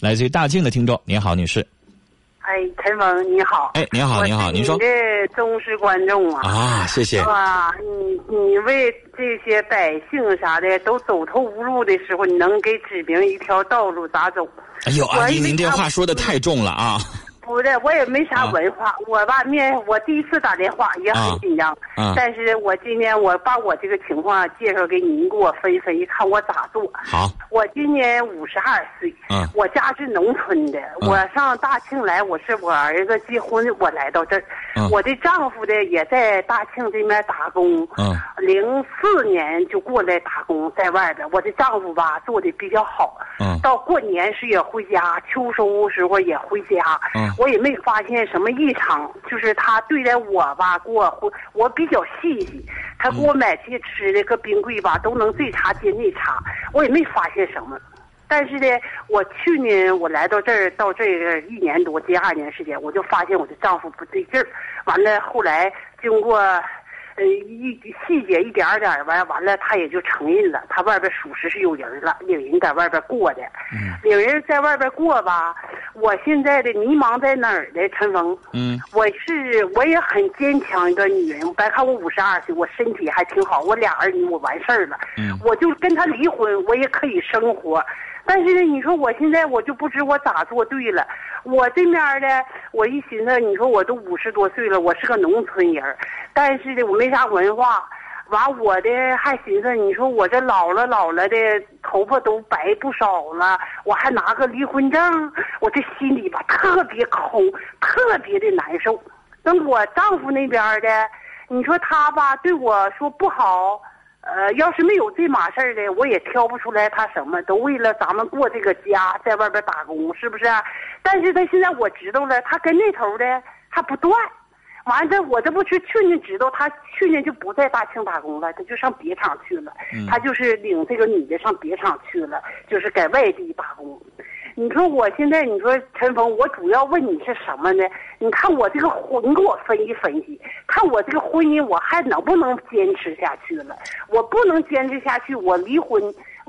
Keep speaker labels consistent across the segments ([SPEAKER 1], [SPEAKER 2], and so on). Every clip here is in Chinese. [SPEAKER 1] 来自于大庆的听众，您好，女士。
[SPEAKER 2] 哎，陈峰你好。
[SPEAKER 1] 哎，您好，您好，您说
[SPEAKER 2] 我是你的忠实观众啊。
[SPEAKER 1] 啊，谢谢。
[SPEAKER 2] 哇，你你为这些百姓啥的都走投无路的时候，你能给指明一条道路咋走？
[SPEAKER 1] 哎呦，阿
[SPEAKER 2] 我
[SPEAKER 1] 姨，
[SPEAKER 2] 以为
[SPEAKER 1] 您这
[SPEAKER 2] 他
[SPEAKER 1] 话说的太重了啊！
[SPEAKER 2] 不是，我也没啥
[SPEAKER 1] 啊
[SPEAKER 2] 文化，我吧面我第一次打电话也
[SPEAKER 1] 啊
[SPEAKER 2] 很紧张，
[SPEAKER 1] 啊
[SPEAKER 2] 但是我今天我把我这个情况介绍给您，给我分分，看我咋做。
[SPEAKER 1] 好，
[SPEAKER 2] 我今年五十二岁，
[SPEAKER 1] 嗯
[SPEAKER 2] 我家是农村的，
[SPEAKER 1] 嗯
[SPEAKER 2] 我上大庆来，我是我儿子结婚，我来到这儿，
[SPEAKER 1] 嗯
[SPEAKER 2] 我的丈夫的也在大庆这边打工，
[SPEAKER 1] 嗯
[SPEAKER 2] 零四年就过来打工，在外边，我的丈夫吧做的比较好，
[SPEAKER 1] 嗯
[SPEAKER 2] 到过年时也回家，秋收时候也回家，
[SPEAKER 1] 嗯
[SPEAKER 2] 我也没发现什么异常，就是他对待我吧，给我回我比较细心，他给我买这些吃的搁冰柜吧，都能这茬接那茬，我也没发现什么。但是呢，我去年我来到这儿，到这个一年多接二年时间，我就发现我的丈夫不对劲儿。完了，后来经过呃一细节一点儿点儿完完了，他也就承认了，他外边属实是有人了，有人在外边过的。有人在外边过吧，我现在的迷茫在哪儿呢？陈峰，
[SPEAKER 1] 嗯
[SPEAKER 2] 我是我也很坚强一个女人，别看我五十二岁，我身体还挺好，我俩儿女我完事儿了，
[SPEAKER 1] 嗯
[SPEAKER 2] 我就跟他离婚，我也可以生活。但是呢，你说我现在我就不知我咋做对了。我这面儿呢，我一寻思，你说我都五十多岁了，我是个农村人儿，但是呢，我没啥文化。完，我的还寻思，你说我这老了老了的，头发都白不少了，我还拿个离婚证，我这心里吧特别空，特别的难受。等我丈夫那边儿的，你说他吧对我说不好，呃，要是没有这码事儿的，我也挑不出来他什么，都为了咱们过这个家，在外边打工，是不是、但是他现在我知道了，他跟那头的还不断。完了，我这不去去年知道他去年就不在大庆打工了，他就上别厂去了。
[SPEAKER 1] 嗯
[SPEAKER 2] 他就是领这个女的上别厂去了，就是在外地打工。你说我现在，你说陈峰，我主要问你是什么呢？你看我这个婚，你给我分析分析，看我这个婚姻我还能不能坚持下去了？我不能坚持下去，我离婚，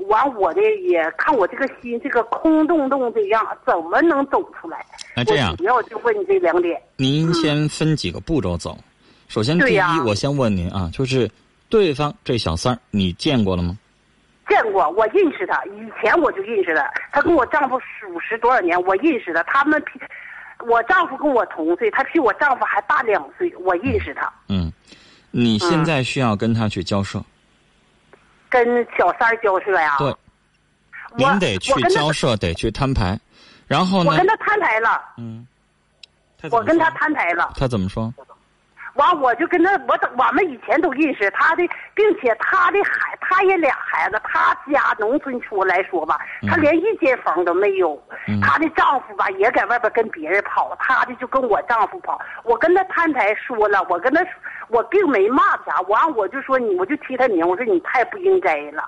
[SPEAKER 2] 完我的也看我这个心这个空洞洞这样，怎么能走出来？
[SPEAKER 1] 那这样
[SPEAKER 2] 我主要就问你这两点。
[SPEAKER 1] 您先分几个步骤走。首先，第
[SPEAKER 2] 对
[SPEAKER 1] 一
[SPEAKER 2] 呀，
[SPEAKER 1] 我先问您啊，就是对方这小三儿，你见过了吗？
[SPEAKER 2] 见过，我认识他，以前我就认识他。他跟我丈夫属实多少年，我认识他。他们比我丈夫跟我同岁，他比我丈夫还大两岁，我认识他。
[SPEAKER 1] 嗯，你
[SPEAKER 2] 嗯
[SPEAKER 1] 现在需要跟他去交涉，
[SPEAKER 2] 跟小三儿交涉呀、
[SPEAKER 1] 对，
[SPEAKER 2] 啊我
[SPEAKER 1] 您得去
[SPEAKER 2] 我跟他
[SPEAKER 1] 交涉，得去摊牌。然后
[SPEAKER 2] 我
[SPEAKER 1] 呢
[SPEAKER 2] 跟，他摊牌了，
[SPEAKER 1] 嗯，他怎
[SPEAKER 2] 我
[SPEAKER 1] 么
[SPEAKER 2] 跟他
[SPEAKER 1] 说
[SPEAKER 2] 摊牌了。
[SPEAKER 1] 他怎么说？
[SPEAKER 2] 完，我就跟他，我等我们以前都认识他的，并且他的孩，他也俩孩子，他家农村出来说吧，他连一间房都没有。
[SPEAKER 1] 嗯
[SPEAKER 2] 他的丈夫吧也在外边跟别人跑，他的就跟我丈夫跑。我跟他摊牌说了，我跟他说，我并没骂他，完我就说你，我就提他名，我说你太不应该了。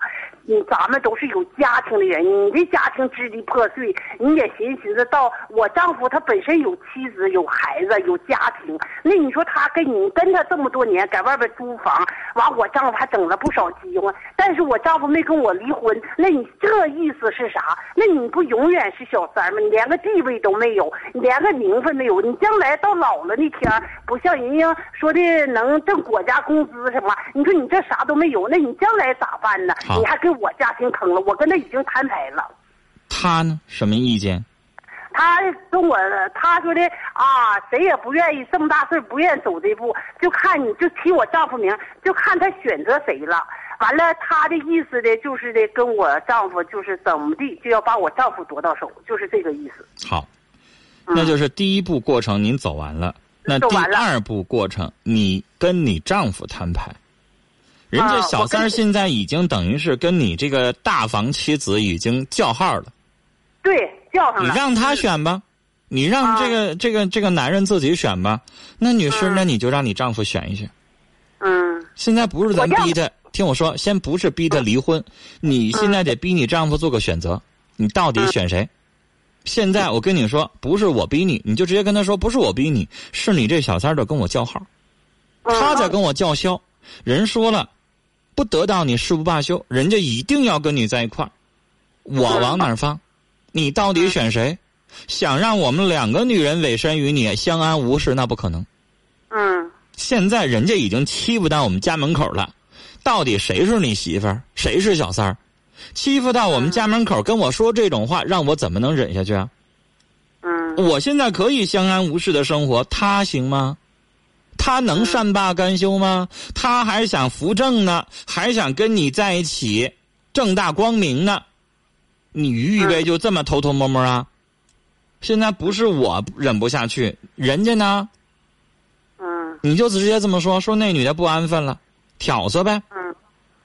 [SPEAKER 2] 你咱们都是有家庭的人，你的家庭支离破碎，你也寻寻思到我丈夫他本身有妻子、有孩子、有家庭，那你说他跟你跟他这么多年，在外边租房，完我丈夫还整了不少机会，但是我丈夫没跟我离婚，那你这意思是啥？那你不永远是小三吗？你连个地位都没有，你连个名分没有，你将来到老了那天儿，不像人家说的能挣国家工资什么，你说你这啥都没有，那你将来咋办呢？
[SPEAKER 1] 好
[SPEAKER 2] 你还给我家庭坑了，我跟他已经摊牌了。
[SPEAKER 1] 他呢？什么意见？
[SPEAKER 2] 他跟我他说的啊，谁也不愿意这么大岁不愿意走这步，就看你就提我丈夫名，就看他选择谁了。完了，他的意思的就是的，跟我丈夫就是怎么地，就要把我丈夫夺到手，就是这个意思。
[SPEAKER 1] 好，那就是第一步过程您走完了，那
[SPEAKER 2] 嗯走
[SPEAKER 1] 第
[SPEAKER 2] 完了
[SPEAKER 1] 二步过程你跟你丈夫摊牌。人家
[SPEAKER 2] 啊
[SPEAKER 1] 小
[SPEAKER 2] 我跟
[SPEAKER 1] 三儿现在已经等于是跟你这个大房妻子已经叫号了，
[SPEAKER 2] 对，叫上
[SPEAKER 1] 你
[SPEAKER 2] 了。
[SPEAKER 1] 让他选吧，你让
[SPEAKER 2] 嗯啊
[SPEAKER 1] 这个、这个这个男人自己选吧。那女士，那你就让你丈夫选一选。
[SPEAKER 2] 嗯，
[SPEAKER 1] 现在不是咱
[SPEAKER 2] 我让
[SPEAKER 1] 逼他，听我说，先不是逼他离婚，你现在得逼你丈夫做个选择，你到底选谁？现在我跟你说，不是我逼你，你就直接跟他说，不是我逼你，是你这小三儿的跟我叫号，
[SPEAKER 2] 嗯
[SPEAKER 1] 他在跟我叫嚣。人说了，不得到你誓不罢休，人家一定要跟你在一块儿，我往哪儿放？你到底选谁？想让我们两个女人委身于你，相安无事，那不可能。
[SPEAKER 2] 嗯
[SPEAKER 1] 现在人家已经欺负到我们家门口了，到底谁是你媳妇儿，谁是小三儿？欺负到我们家门口跟我说这种话，让我怎么能忍下去啊？
[SPEAKER 2] 嗯
[SPEAKER 1] 我现在可以相安无事的生活，他行吗？他能善罢甘休吗？他还想扶正呢，还想跟你在一起，正大光明呢。你于玉为就这么偷偷摸摸啊？现在不是我忍不下去，人家呢？
[SPEAKER 2] 嗯
[SPEAKER 1] 你就直接这么说，说那女的不安分了，挑唆呗。
[SPEAKER 2] 嗯，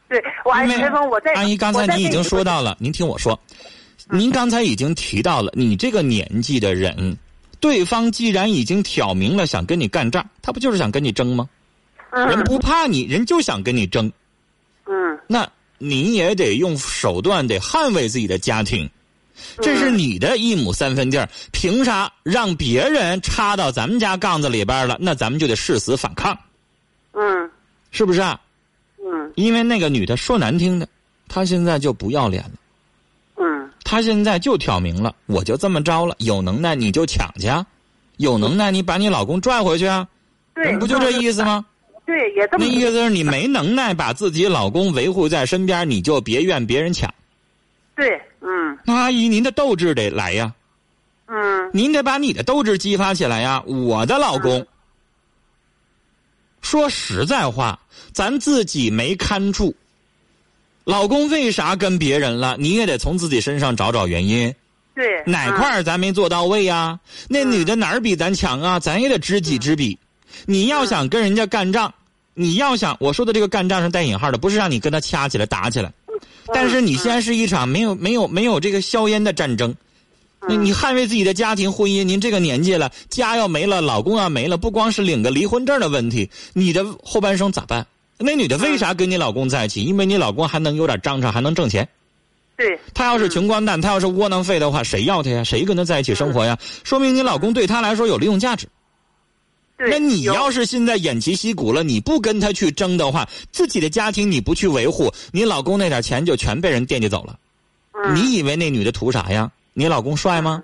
[SPEAKER 2] 对，我安
[SPEAKER 1] 因为
[SPEAKER 2] 陈峰，我在
[SPEAKER 1] 阿姨，刚才您已经说
[SPEAKER 2] 到，
[SPEAKER 1] 到了，您听我说，您刚才已经提到了，你这个年纪的人，对方既然已经挑明了想跟你干仗，他不就是想跟你争吗？人
[SPEAKER 2] 嗯
[SPEAKER 1] 家不怕你，人就想跟你争，
[SPEAKER 2] 嗯，
[SPEAKER 1] 那你也得用手段得捍卫自己的家
[SPEAKER 2] 嗯
[SPEAKER 1] 庭，这是你的一亩三分地儿，凭啥让别人插到咱们家杠子里边了？那咱们就得誓死反抗，
[SPEAKER 2] 嗯
[SPEAKER 1] 是不是啊？
[SPEAKER 2] 嗯
[SPEAKER 1] 因为那个女的说难听的，她现在就不要脸了。
[SPEAKER 2] 嗯
[SPEAKER 1] 他现在就挑明了，我就这么着了。有能耐你就抢去啊，有能耐你把你老公拽回去啊，
[SPEAKER 2] 对，
[SPEAKER 1] 不就这意思吗？
[SPEAKER 2] 对，也这么
[SPEAKER 1] 那意思是你没能耐把自己老公维护在身边，你就别怨别人抢。
[SPEAKER 2] 对，嗯
[SPEAKER 1] 那阿姨，您的斗志得来呀，
[SPEAKER 2] 嗯
[SPEAKER 1] 您得把你的斗志激发起来呀。我的老公，说实在话，咱自己没看住，老公为啥跟别人了，你也得从自己身上找找原
[SPEAKER 2] 嗯
[SPEAKER 1] 因。
[SPEAKER 2] 对，嗯
[SPEAKER 1] 哪块儿咱没做到位呀、那女的哪儿比咱强啊？咱也得知己知彼。
[SPEAKER 2] 嗯
[SPEAKER 1] 你要想跟人家干仗，你要想我说的这个干仗是带引号的，不是让你跟他掐起来打起来。
[SPEAKER 2] 嗯？
[SPEAKER 1] 但是你现在是一场没有没有没有这个硝烟的战争，
[SPEAKER 2] 嗯
[SPEAKER 1] 那你捍卫自己的家庭婚姻，您这个年纪了，家要没了，老公要没了，不光是领个离婚证的问题，你的后半生咋办？那女的为啥跟你老公在一起？因为你老公还能有点章程，还能挣钱。
[SPEAKER 2] 嗯对，
[SPEAKER 1] 他要是穷光蛋，他要是窝囊废的话，谁要他呀？谁跟他在一起生活
[SPEAKER 2] 嗯
[SPEAKER 1] 呀？说明你老公对他来说有利用价值。
[SPEAKER 2] 对，
[SPEAKER 1] 那你
[SPEAKER 2] 有
[SPEAKER 1] 要是现在偃旗息鼓了，你不跟他去争的话，自己的家庭你不去维护，你老公那点钱就全被人惦记走了。
[SPEAKER 2] 嗯
[SPEAKER 1] 你以为那女的图啥呀？你老公帅吗？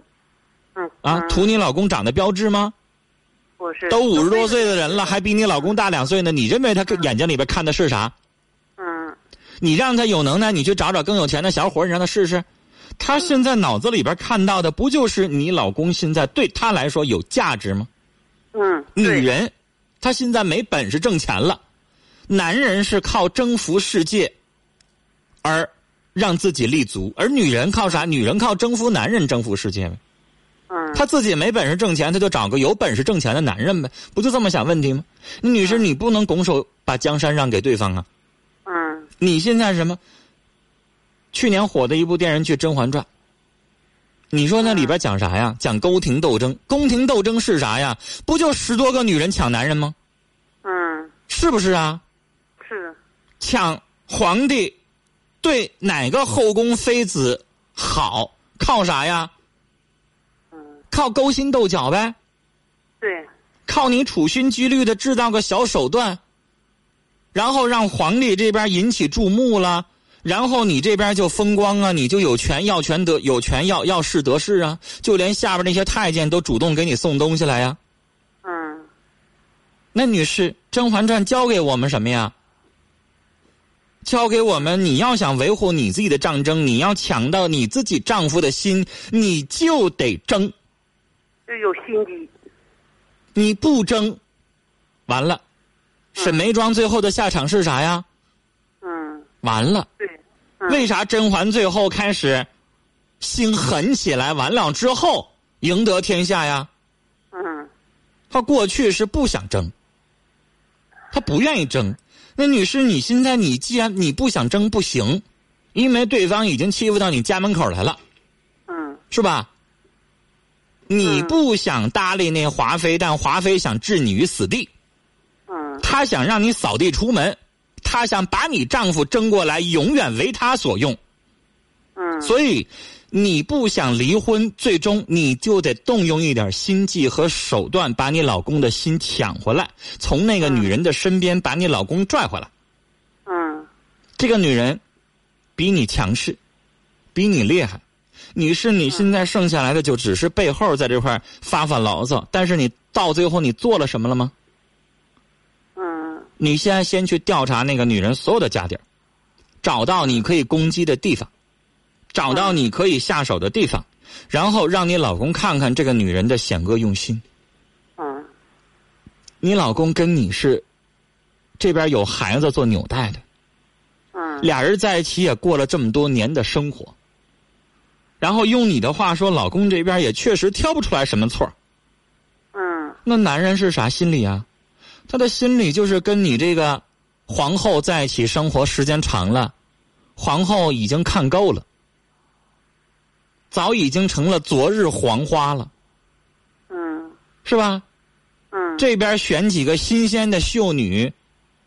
[SPEAKER 2] 嗯
[SPEAKER 1] 啊，
[SPEAKER 2] 嗯
[SPEAKER 1] 图你老公长得标致吗？
[SPEAKER 2] 我是
[SPEAKER 1] 都五十多岁的人了，还比你老公大两岁呢，你认为他眼睛里边看的是啥？
[SPEAKER 2] 嗯
[SPEAKER 1] 你让他有能耐，你去找找更有钱的小伙儿，你让他试试。他现在脑子里边看到的，不就是你老公现在对他来说有价值吗？
[SPEAKER 2] 嗯，
[SPEAKER 1] 女
[SPEAKER 2] 对
[SPEAKER 1] 人，她现在没本事挣钱了，男人是靠征服世界而让自己立足，而女人靠啥？女人靠征服男人，征服世界呗。
[SPEAKER 2] 嗯
[SPEAKER 1] 她自己没本事挣钱，她就找个有本事挣钱的男人呗，不就这么想问题吗？女士，你不能拱手把江山让给对方啊。
[SPEAKER 2] 嗯
[SPEAKER 1] 你现在什么？去年火的一部电视剧《甄嬛传》，你说那里边讲啥呀？讲宫廷斗争。宫廷斗争是啥呀？不就十多个女人抢男人吗？
[SPEAKER 2] 嗯
[SPEAKER 1] 是不是啊？
[SPEAKER 2] 是的
[SPEAKER 1] 抢皇帝，对哪个后宫妃子好？靠啥呀？
[SPEAKER 2] 嗯
[SPEAKER 1] 靠勾心斗角呗，
[SPEAKER 2] 对
[SPEAKER 1] 靠你处心积虑的制造个小手段，然后让皇帝这边引起注目了，然后你这边就风光啊，你就有权要权得有权要要势得势啊，就连下边那些太监都主动给你送东西来呀、
[SPEAKER 2] 嗯
[SPEAKER 1] 那女士，《甄嬛传》教给我们什么呀？教给我们，你要想维护你自己的战争，你要抢到你自己丈夫的心，你就得争。
[SPEAKER 2] 就有心机
[SPEAKER 1] 你不争，完了，沈眉庄最后的下场是啥呀？
[SPEAKER 2] 嗯
[SPEAKER 1] 完了，
[SPEAKER 2] 对嗯
[SPEAKER 1] 为啥甄嬛最后开始心狠起来？完了之后赢得天下呀？
[SPEAKER 2] 嗯
[SPEAKER 1] 她过去是不想争，她不愿意争。那女士，你现在你既然你不想争不行，因为对方已经欺负到你家门口来了，
[SPEAKER 2] 嗯
[SPEAKER 1] 是吧？你
[SPEAKER 2] 嗯
[SPEAKER 1] 不想搭理那华妃，但华妃想置你于死地。
[SPEAKER 2] 嗯
[SPEAKER 1] 她想让你扫地出门，她想把你丈夫争过来，永远为她所用。
[SPEAKER 2] 嗯
[SPEAKER 1] 所以，你不想离婚，最终你就得动用一点心计和手段，把你老公的心抢回来，从那个女人的身边把你老公拽回来。
[SPEAKER 2] 嗯
[SPEAKER 1] 这个女人比你强势，比你厉害，你是你现在剩下来的就只是背后在这块发发牢骚，但是你到最后你做了什么了吗？
[SPEAKER 2] 嗯
[SPEAKER 1] 你先先去调查那个女人所有的家底儿，找到你可以攻击的地方，找到你可以下手的地方，然后让你老公看看这个女人的险恶用心。
[SPEAKER 2] 嗯
[SPEAKER 1] 你老公跟你是这边有孩子做纽带的，
[SPEAKER 2] 嗯
[SPEAKER 1] 俩人在一起也过了这么多年的生活。然后用你的话说，老公这边也确实挑不出来什么错儿
[SPEAKER 2] 嗯
[SPEAKER 1] 那男人是啥心理啊？他的心理就是跟你这个皇后在一起生活时间长了，皇后已经看够了，早已经成了昨日黄花了，
[SPEAKER 2] 嗯
[SPEAKER 1] 是吧？
[SPEAKER 2] 嗯，
[SPEAKER 1] 这边选几个新鲜的秀女，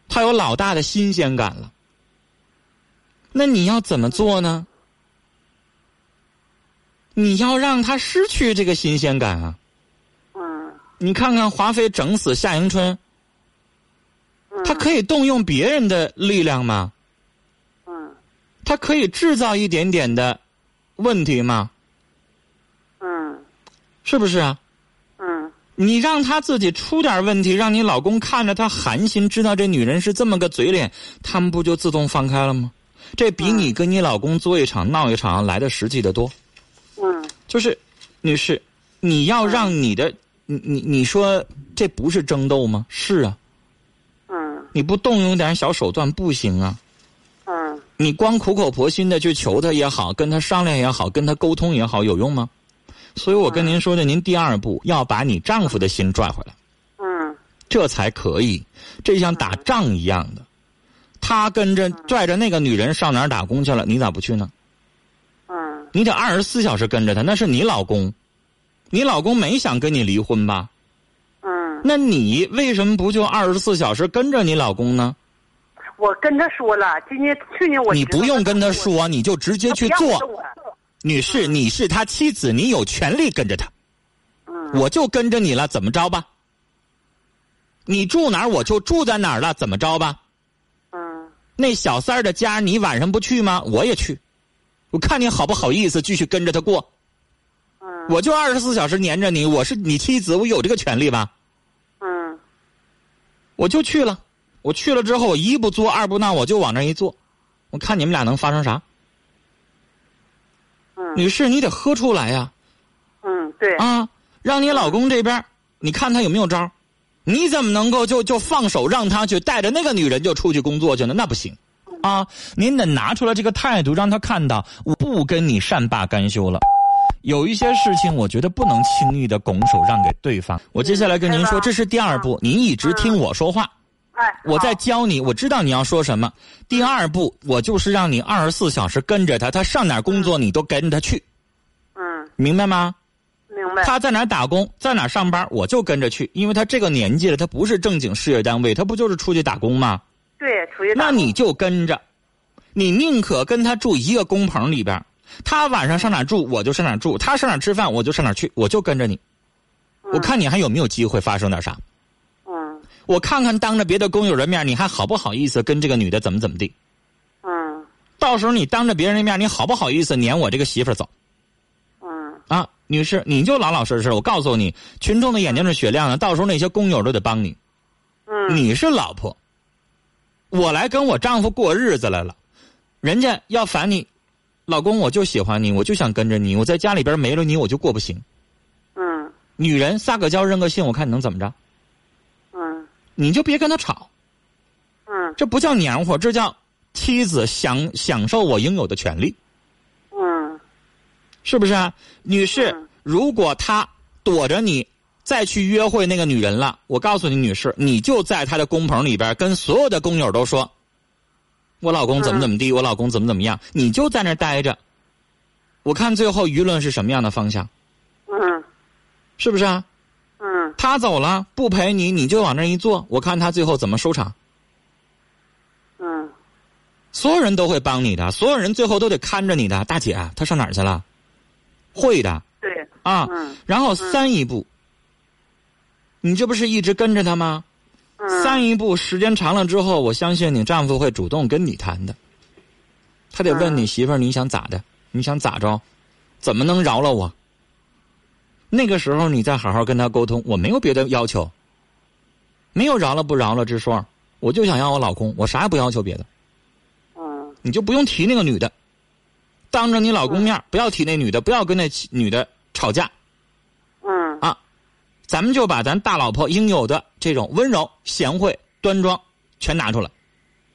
[SPEAKER 1] 她有老大的新鲜感了。那你要怎么做呢？你要让她失去这个新鲜感啊！
[SPEAKER 2] 嗯
[SPEAKER 1] 你看看华妃整死夏迎春，
[SPEAKER 2] 嗯，
[SPEAKER 1] 她可以动用别人的力量吗？
[SPEAKER 2] 嗯
[SPEAKER 1] 她可以制造一点点的问题吗？
[SPEAKER 2] 嗯
[SPEAKER 1] 是不是啊？
[SPEAKER 2] 嗯
[SPEAKER 1] 你让她自己出点问题，让你老公看着她寒心，知道这女人是这么个嘴脸，他们不就自动放开了吗？这比你跟你老公作一场闹一场来的实际的多。
[SPEAKER 2] 嗯
[SPEAKER 1] 就是，女士，你要让你的，你你你说这不是争斗吗？是啊，
[SPEAKER 2] 嗯
[SPEAKER 1] 你不动用点小手段不行啊。
[SPEAKER 2] 嗯
[SPEAKER 1] 你光苦口婆心的去求他也好，跟他商量也好，跟他沟通也好，有用吗？所以我跟您说的，您第二步要把你丈夫的心拽回来，
[SPEAKER 2] 嗯
[SPEAKER 1] 这才可以。这像打仗一样的，他跟着拽着那个女人上哪儿打工去了，你咋不去呢？
[SPEAKER 2] 嗯
[SPEAKER 1] 你得二十四小时跟着他，那是你老公，你老公没想跟你离婚吧？
[SPEAKER 2] 嗯，
[SPEAKER 1] 那你为什么不就二十四小时跟着你老公呢？
[SPEAKER 2] 我跟他说了，今年去年我
[SPEAKER 1] 你
[SPEAKER 2] 知道
[SPEAKER 1] 不用跟他
[SPEAKER 2] 他
[SPEAKER 1] 说，你就直接
[SPEAKER 2] 他
[SPEAKER 1] 去
[SPEAKER 2] 不要
[SPEAKER 1] 做。
[SPEAKER 2] 我
[SPEAKER 1] 女士，你是他妻子，你有权利跟着他。
[SPEAKER 2] 嗯
[SPEAKER 1] 我就跟着你了，怎么着吧？你住哪儿我就住在哪儿了，怎么着吧？
[SPEAKER 2] 嗯
[SPEAKER 1] 那小三儿的家你晚上不去吗？我也去，我看你好不好意思继续跟着他过。
[SPEAKER 2] 嗯
[SPEAKER 1] 我就二十四小时黏着你，我是你妻子，我有这个权利吧？
[SPEAKER 2] 嗯
[SPEAKER 1] 我就去了，我去了之后，我一不作二不闹，我就往那儿一坐，我看你们俩能发生啥？
[SPEAKER 2] 嗯
[SPEAKER 1] 女士，你得喝出来呀、
[SPEAKER 2] 嗯对
[SPEAKER 1] 啊，让你老公这边儿，你看他有没有招儿你怎么能够就就放手让他去带着那个女人就出去工作去呢？那不行，啊，您得拿出来这个态度，让他看到我不跟你善罢甘休了。有一些事情，我觉得不能轻易的拱手让给对方。我接下来跟您
[SPEAKER 2] 对
[SPEAKER 1] 说，
[SPEAKER 2] 吧
[SPEAKER 1] 这是第二步，您一直听我说话，
[SPEAKER 2] 哎
[SPEAKER 1] 我在
[SPEAKER 2] 好
[SPEAKER 1] 教你，我知道你要说什么。第二步，我就是让你二十四小时跟着他，他上哪儿工作你都跟着他去，
[SPEAKER 2] 嗯
[SPEAKER 1] 明白吗？
[SPEAKER 2] 明白
[SPEAKER 1] 他在哪儿打工，在哪儿上班，我就跟着去，因为他这个年纪了，他不是正经事业单位，他不就是出去打工吗？
[SPEAKER 2] 对出去打
[SPEAKER 1] 那你就跟着，你宁可跟他住一个工棚里边儿，他晚上上哪儿住我就上哪儿住，他上哪儿吃饭我就上哪儿去，我就跟着你，
[SPEAKER 2] 嗯
[SPEAKER 1] 我看你还有没有机会发生点啥，
[SPEAKER 2] 嗯
[SPEAKER 1] 我看看当着别的工友人面你还好不好意思跟这个女的怎么怎么地，
[SPEAKER 2] 嗯
[SPEAKER 1] 到时候你当着别人的面你好不好意思撵我这个媳妇儿走？
[SPEAKER 2] 嗯
[SPEAKER 1] 啊，女士，你就老老实实。我告诉你，群众的眼睛是雪亮的，到时候那些工友都得帮你。
[SPEAKER 2] 嗯
[SPEAKER 1] 你是老婆，我来跟我丈夫过日子来了，人家要烦你，老公，我就喜欢你，我就想跟着你，我在家里边没了你我就过不行。
[SPEAKER 2] 嗯
[SPEAKER 1] 女人撒个娇认个性，我看你能怎么着？
[SPEAKER 2] 嗯
[SPEAKER 1] 你就别跟他吵，
[SPEAKER 2] 嗯
[SPEAKER 1] 这不叫黏糊，这叫妻子享享受我应有的权利。
[SPEAKER 2] 嗯
[SPEAKER 1] 是不是啊？女士
[SPEAKER 2] 嗯，
[SPEAKER 1] 如果他躲着你再去约会那个女人了，我告诉你，女士，你就在他的工棚里边跟所有的工友都说，我老公怎么怎么地，我老公怎么怎么样，你就在那儿待着。我看最后舆论是什么样的方向，
[SPEAKER 2] 嗯
[SPEAKER 1] 是不是啊？
[SPEAKER 2] 嗯
[SPEAKER 1] 他走了不陪你，你就往那儿一坐，我看他最后怎么收场。
[SPEAKER 2] 嗯
[SPEAKER 1] 所有人都会帮你的，所有人最后都得看着你的。大姐，他上哪儿去了？会的
[SPEAKER 2] 对
[SPEAKER 1] 啊。
[SPEAKER 2] 嗯
[SPEAKER 1] 然后三一步，你这不是一直跟着他吗？
[SPEAKER 2] 嗯
[SPEAKER 1] 三一步时间长了之后，我相信你丈夫会主动跟你谈的。他得问你媳妇儿，你想咋的？你想咋着？怎么能饶了我？那个时候你再好好跟他沟通，我没有别的要求，没有饶了不饶了之说，我就想要我老公，我啥也不要求别的，
[SPEAKER 2] 嗯
[SPEAKER 1] 你就不用提那个女的，当着你老公面儿不要提那女的，不要跟那女的吵架，
[SPEAKER 2] 嗯
[SPEAKER 1] 咱们就把咱大老婆应有的这种温柔、贤惠、端庄全拿出来。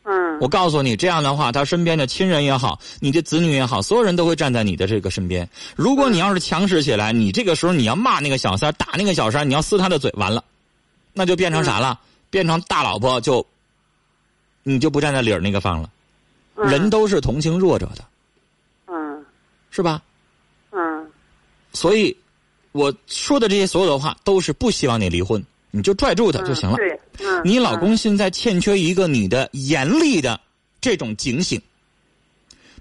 [SPEAKER 2] 嗯，
[SPEAKER 1] 我告诉你，这样的话，他身边的亲人也好，你的子女也好，所有人都会站在你的这个身边。如果你要是强势起来，你这个时候你要骂那个小三儿，打那个小三儿，你要撕他的嘴，完了，那就变成啥了？变成大老婆就，你就不站在理儿那个方了。
[SPEAKER 2] 嗯
[SPEAKER 1] 人都是同情弱者的，
[SPEAKER 2] 嗯
[SPEAKER 1] 是吧？
[SPEAKER 2] 嗯
[SPEAKER 1] 所以，我说的这些所有的话，都是不希望你离婚，你就拽住他
[SPEAKER 2] 嗯
[SPEAKER 1] 就行了。
[SPEAKER 2] 对，嗯，
[SPEAKER 1] 你老
[SPEAKER 2] 嗯
[SPEAKER 1] 公现在欠缺一个你的严厉的这种警醒，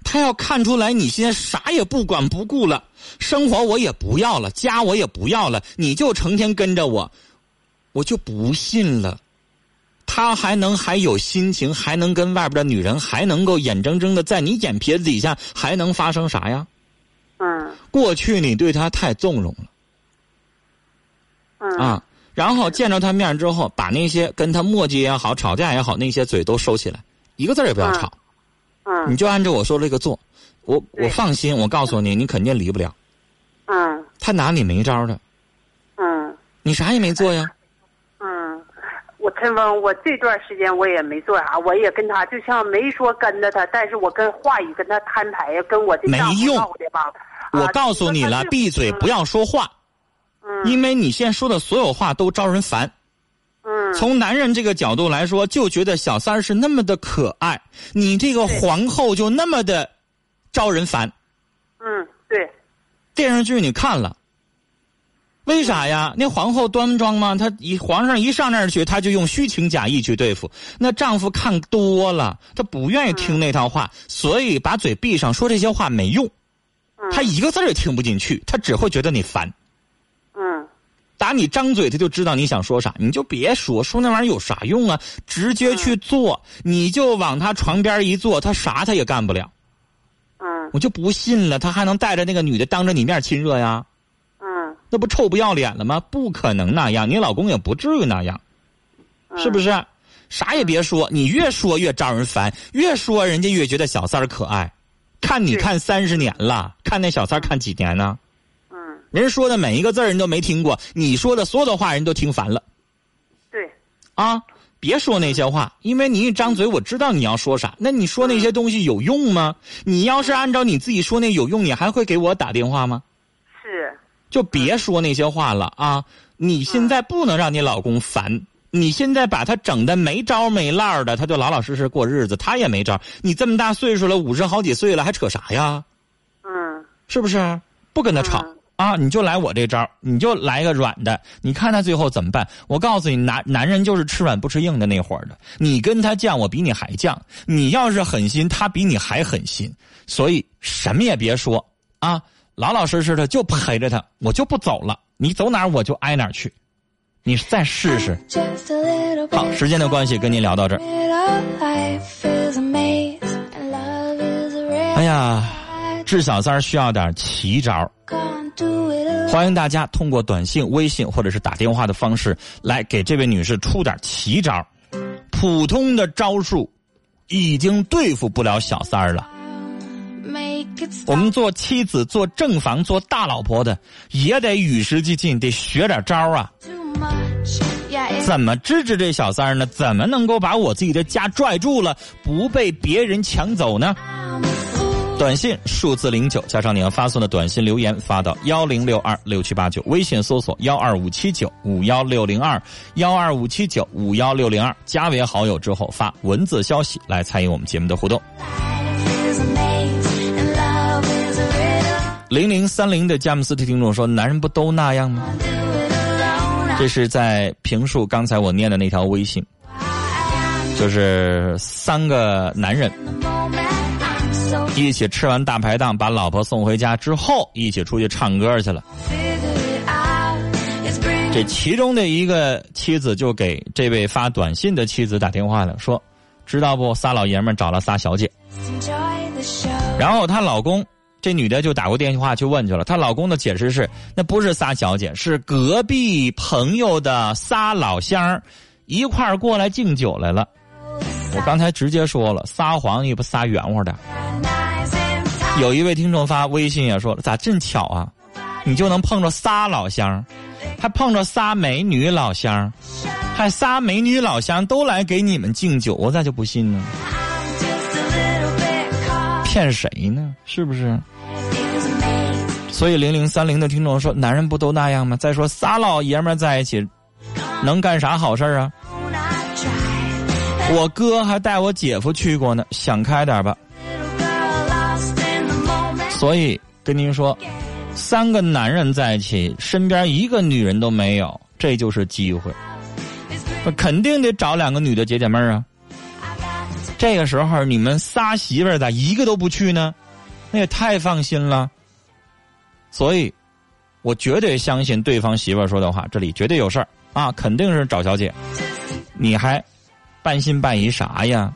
[SPEAKER 1] 他要看出来你现在啥也不管不顾了，生活我也不要了，家我也不要了，你就成天跟着我，我就不信了。他还能还有心情，还能跟外边的女人，还能够眼睁睁的在你眼皮子底下，还能发生啥呀？
[SPEAKER 2] 嗯
[SPEAKER 1] 过去你对他太纵容了。
[SPEAKER 2] 嗯
[SPEAKER 1] 啊，然后见着他面之后，把那些跟他磨叽也好、吵架也好，那些嘴都收起来，一个字儿也不要
[SPEAKER 2] 嗯
[SPEAKER 1] 吵，
[SPEAKER 2] 嗯
[SPEAKER 1] 你就按照我说这个做。我我
[SPEAKER 2] 对
[SPEAKER 1] 放心，我告诉你，你肯定离不了，
[SPEAKER 2] 嗯
[SPEAKER 1] 他拿你没招儿的，
[SPEAKER 2] 嗯
[SPEAKER 1] 你啥也没做呀。
[SPEAKER 2] 嗯。我陈峰，我这段时间我也没做啥，我也跟他就像没说跟着他，但是我跟话语跟他摊牌，跟我这
[SPEAKER 1] 没
[SPEAKER 2] 丈夫
[SPEAKER 1] 用
[SPEAKER 2] 闹的吧。
[SPEAKER 1] 我
[SPEAKER 2] 啊
[SPEAKER 1] 告诉你了，闭嘴，
[SPEAKER 2] 嗯
[SPEAKER 1] 不。要说话，因为你现在说的所有话都招人烦。
[SPEAKER 2] 嗯
[SPEAKER 1] 从男人这个角度来说，就觉得小三儿是那么的可爱，你这个
[SPEAKER 2] 对
[SPEAKER 1] 皇后就那么的招人烦。
[SPEAKER 2] 嗯，对，
[SPEAKER 1] 电视剧你看了，为啥呀？那皇后端庄吗？她一皇上一上那儿去，她就用虚情假意去对付。那丈夫看多了，他不愿意听那套话，所以把嘴闭上，说这些话没用。
[SPEAKER 2] 嗯
[SPEAKER 1] 他一个字儿也听不进去，他只会觉得你烦。
[SPEAKER 2] 嗯
[SPEAKER 1] 打你张嘴，他就知道你想说啥，你就别说，说那玩意儿有啥用啊？直接去做，你就往他床边一坐，他啥他也干不了。
[SPEAKER 2] 嗯
[SPEAKER 1] 我就不信了，他还能带着那个女的当着你面亲热呀？
[SPEAKER 2] 嗯，
[SPEAKER 1] 那不臭不要脸了吗？不可能那样，你老公也不至于那样，
[SPEAKER 2] 嗯
[SPEAKER 1] 是不？是？啥也别说，你越说越招人烦，越说人家越觉得小三儿可爱。看你
[SPEAKER 2] 是
[SPEAKER 1] 看三十年了，看那小三儿看几年呢？
[SPEAKER 2] 嗯，
[SPEAKER 1] 人说的每一个字儿人都没听过，你说的所有的话人都听烦了
[SPEAKER 2] 对，
[SPEAKER 1] 啊！别说那些话，因为你一张嘴，我知道你要说啥。那你说那
[SPEAKER 2] 嗯
[SPEAKER 1] 些东西有用吗？你要是按照你自己说那有用，你还会给我打电话吗？
[SPEAKER 2] 是，
[SPEAKER 1] 就别说那些话了啊！你现在不能让你老公烦，你现在把他整的没招没落儿的，他就老老实实过日子，他也没招儿。你这么大岁数了，五十好几岁了，还扯啥呀？
[SPEAKER 2] 嗯
[SPEAKER 1] 是不是？不跟他吵、
[SPEAKER 2] 嗯
[SPEAKER 1] 啊，你就来我这招儿，你就来个软的，你看他最后怎么办？我告诉你，男男人就是吃软不吃硬的那伙儿的。你跟他犟，我比你还犟；你要是狠心，他比你还狠心。所以什么也别说啊，老老实实的就陪着他，我就不走了。你走哪儿我就挨哪儿去，你再试试。好
[SPEAKER 3] 好，，
[SPEAKER 1] 时
[SPEAKER 3] 时
[SPEAKER 1] 间
[SPEAKER 3] 间
[SPEAKER 1] 的
[SPEAKER 3] 的
[SPEAKER 1] 关
[SPEAKER 3] 关
[SPEAKER 1] 系，
[SPEAKER 3] 系，
[SPEAKER 1] 跟
[SPEAKER 3] 跟
[SPEAKER 1] 您
[SPEAKER 3] 您
[SPEAKER 1] 聊
[SPEAKER 3] 聊
[SPEAKER 1] 到
[SPEAKER 3] 到
[SPEAKER 1] 这
[SPEAKER 3] 这
[SPEAKER 1] 儿
[SPEAKER 3] 儿。。
[SPEAKER 1] 哎
[SPEAKER 3] 哎
[SPEAKER 1] 呀，
[SPEAKER 3] 呀，
[SPEAKER 1] 治小三儿需要点奇招儿。欢迎大家通过短信、微信或者是打电话的方式来给这位女士出点奇招儿。普通的招数已经对付不了小三儿了，我
[SPEAKER 3] 我
[SPEAKER 1] 们
[SPEAKER 3] 们
[SPEAKER 1] 做妻子、做正房、做大老婆的也得与时俱进，得学点招儿啊！怎么支持这小三儿呢？怎么能够把我自己的家拽住了，不被别人抢走呢？短信数字零九加上你要发送的短信留言发到幺零六二六七八九，微信搜索幺二五七九五幺六零二幺二五七九五幺六零二，加为好友之后发文字消息来参与我们节目的互动。零零三零的詹姆斯特听众说：“男人不都那样吗？”这是在评述刚才我念的那条微信，就是三个男人一起吃完大排档，把老婆送回家之后，一起出去唱歌去了。这其中的一个妻子就给这位发短信的妻子打电话了，说：“知道不？仨老爷们儿找了仨小姐。”
[SPEAKER 3] 这，
[SPEAKER 1] 然后她老公这女的就打过电话去问去了，她老公的解释是，那不是仨小姐，是隔壁朋友的仨老乡儿一块儿过来敬酒来了。我刚才直接说了，撒谎也不撒圆乎的。有一位听众发微信也说了，咋真巧啊？你就能碰着仨老乡儿，还碰着仨美女老乡儿，还仨美女老乡都来给你们敬酒，我咋就不信呢？骗谁呢？是不是？所以零零三零的听众说，男人不都那样吗？再说仨老爷们儿在一起，能干啥好事儿啊？我哥还带我姐夫去过呢，想开点吧。所以跟您说，三个男人在一起，身边一个女人都没有，这就是机会。肯定得找两个女的解解闷儿啊。这个时候你们仨媳妇儿咋一个都不去呢？那也太放心了。所以，我绝对相信对方媳妇儿说的话，这里绝对有事儿啊，肯定是找小姐。你还。半信半疑啥呀？